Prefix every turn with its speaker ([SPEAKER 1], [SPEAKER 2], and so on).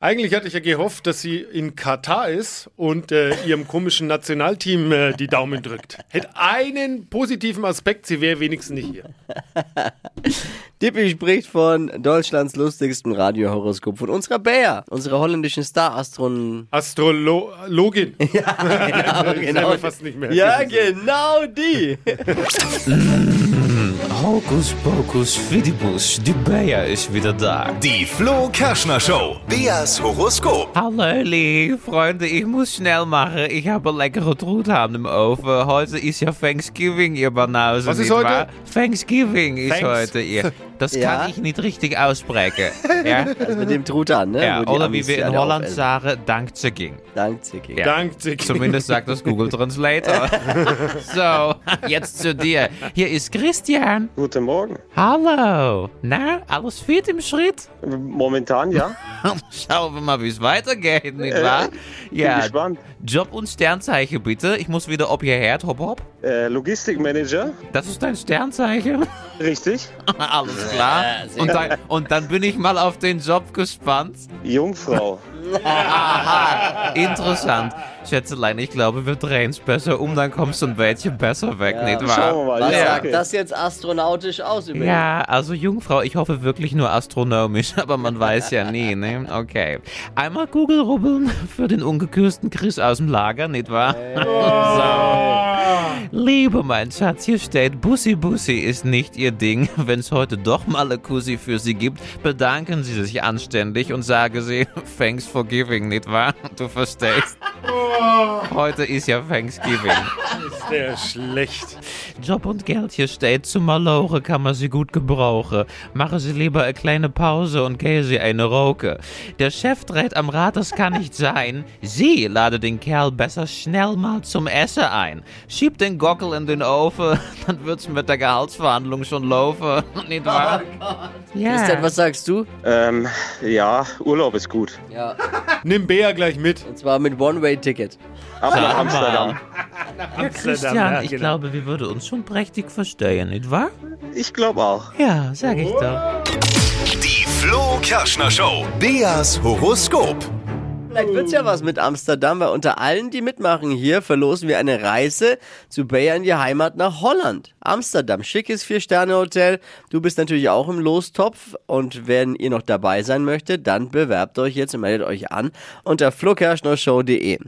[SPEAKER 1] Eigentlich hatte ich ja gehofft, dass sie in Katar ist und äh, ihrem komischen Nationalteam äh, die Daumen drückt. Hätte einen positiven Aspekt, sie wäre wenigstens nicht hier.
[SPEAKER 2] Dippi spricht von Deutschlands lustigstem Radiohoroskop von unserer Bea, unserer holländischen Star-Astronomin.
[SPEAKER 1] Astrologin.
[SPEAKER 2] Ja, genau,
[SPEAKER 1] haben wir fast nicht mehr.
[SPEAKER 2] Ja, genau die.
[SPEAKER 3] Hokus pokus fidibus, die Bea ist wieder da.
[SPEAKER 4] Die Flo Kerschner Show. Beas Horoskop.
[SPEAKER 3] Hallo, liebe Freunde, ich muss schnell machen. Ich habe leckere Truthahn im Ofen. Heute ist ja Thanksgiving, ihr Banausen.
[SPEAKER 1] Was ist
[SPEAKER 3] nicht
[SPEAKER 1] heute?
[SPEAKER 3] wahr? Thanksgiving ist
[SPEAKER 1] Thanks-
[SPEAKER 3] heute, ihr. Das
[SPEAKER 2] Ja.
[SPEAKER 3] kann ich nicht richtig aussprechen. ja?
[SPEAKER 2] Also mit dem Truthahn, ne?
[SPEAKER 3] Ja,
[SPEAKER 2] Wo die
[SPEAKER 3] oder
[SPEAKER 2] Amis
[SPEAKER 3] wie wir
[SPEAKER 2] die
[SPEAKER 3] in
[SPEAKER 2] alle
[SPEAKER 3] Holland
[SPEAKER 2] aufessen.
[SPEAKER 3] sagen, Dankzeging.
[SPEAKER 2] Dank, Zicki.
[SPEAKER 3] Ja.
[SPEAKER 1] Dank dir.
[SPEAKER 3] Zumindest sagt das Google Translator. so, jetzt zu dir. Hier ist Christian.
[SPEAKER 5] Guten Morgen.
[SPEAKER 3] Hallo. Na, alles fit im Schritt?
[SPEAKER 5] Momentan ja.
[SPEAKER 3] Schauen wir mal, wie es weitergeht, nicht wahr?
[SPEAKER 5] Äh, Bin
[SPEAKER 3] Ja,
[SPEAKER 5] gespannt.
[SPEAKER 3] Job und Sternzeichen bitte. Ich muss wieder ob ihr Herd, hopp hopp.
[SPEAKER 5] Äh, Logistikmanager,
[SPEAKER 3] Das ist dein Sternzeichen.
[SPEAKER 5] richtig.
[SPEAKER 3] Alles klar. Und dann, und dann bin ich mal auf den Job gespannt.
[SPEAKER 5] Jungfrau.
[SPEAKER 3] Aha, interessant. Schätzelein, ich glaube, wir drehen es besser um, dann kommst du ein Wäldchen besser weg,
[SPEAKER 2] Ja.
[SPEAKER 3] nicht wahr?
[SPEAKER 5] Schauen wir mal.
[SPEAKER 2] Was
[SPEAKER 5] ja,
[SPEAKER 2] sagt
[SPEAKER 5] okay.
[SPEAKER 2] das jetzt astronautisch aus über
[SPEAKER 3] Ja, also Jungfrau, ich hoffe wirklich nur astronomisch, aber man weiß ja nie, ne? Okay. Einmal Google rubbeln für den ungekürzten Chris aus dem Lager, nicht wahr? So. Liebe mein Schatz, hier steht, Bussi Bussi ist nicht ihr Ding. Wenn es heute doch mal eine Kussi für sie gibt, bedanken sie sich anständig und sagen sie, thanks for giving, nicht wahr? Du verstehst. Heute ist ja Thanksgiving.
[SPEAKER 1] Ist der schlecht.
[SPEAKER 3] Job und Geld hier steht, zu Malore kann man sie gut gebrauchen. Mache sie lieber eine kleine Pause und gehe sie eine Roke. Der Chef dreht am Rad, das kann nicht sein. Sie lade den Kerl besser schnell mal zum Essen ein. Schieb den Gockel in den Ofen, dann wird's mit der Gehaltsverhandlung schon laufen. Nicht wahr? Ja.
[SPEAKER 2] Christian, was sagst du?
[SPEAKER 5] Ähm, ja, Urlaub ist gut.
[SPEAKER 2] Ja.
[SPEAKER 1] Nimm Bea gleich mit.
[SPEAKER 2] Und zwar mit One-Way-Ticket.
[SPEAKER 5] Ab nach Amsterdam.
[SPEAKER 3] Ja, Christian,
[SPEAKER 1] Ja,
[SPEAKER 3] ich
[SPEAKER 1] genau.
[SPEAKER 3] glaube, wir würden uns schon prächtig verstehen, nicht wahr?
[SPEAKER 5] Ich glaube auch.
[SPEAKER 3] Ja, sag ich doch.
[SPEAKER 4] Die Flo Kerschner Show. Beas Horoskop.
[SPEAKER 2] Vielleicht wird's ja was mit Amsterdam, weil unter allen, die mitmachen hier, verlosen wir eine Reise zu Bayer in die Heimat nach Holland. Amsterdam, schickes Vier-Sterne-Hotel. Du bist natürlich auch im Lostopf und wenn ihr noch dabei sein möchtet, dann bewerbt euch jetzt und meldet euch an unter flokerschnershow.de.